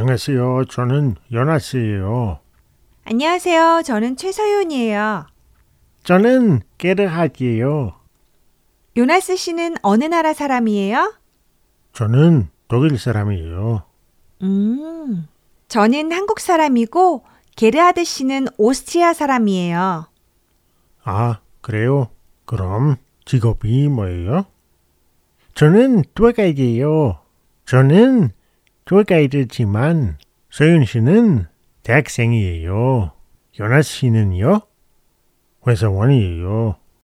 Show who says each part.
Speaker 1: 안녕하세요. 저는 연아 씨예요.
Speaker 2: 안녕하세요. 저는 최서윤이에요.
Speaker 1: 저는 게르하디예요.
Speaker 2: 요나스 씨는 어느 나라 사람이에요?
Speaker 1: 저는 독일 사람이에요.
Speaker 2: 음. 저는 한국 사람이고 게르하드 씨는 오스트리아 사람이에요.
Speaker 1: 아, 그래요? 그럼 직업이 뭐예요? 저는 투어가이드예요. 저는 투어가이드지만 서윤 씨는 대학생이에요. 연아 씨는요? 회사원이에요.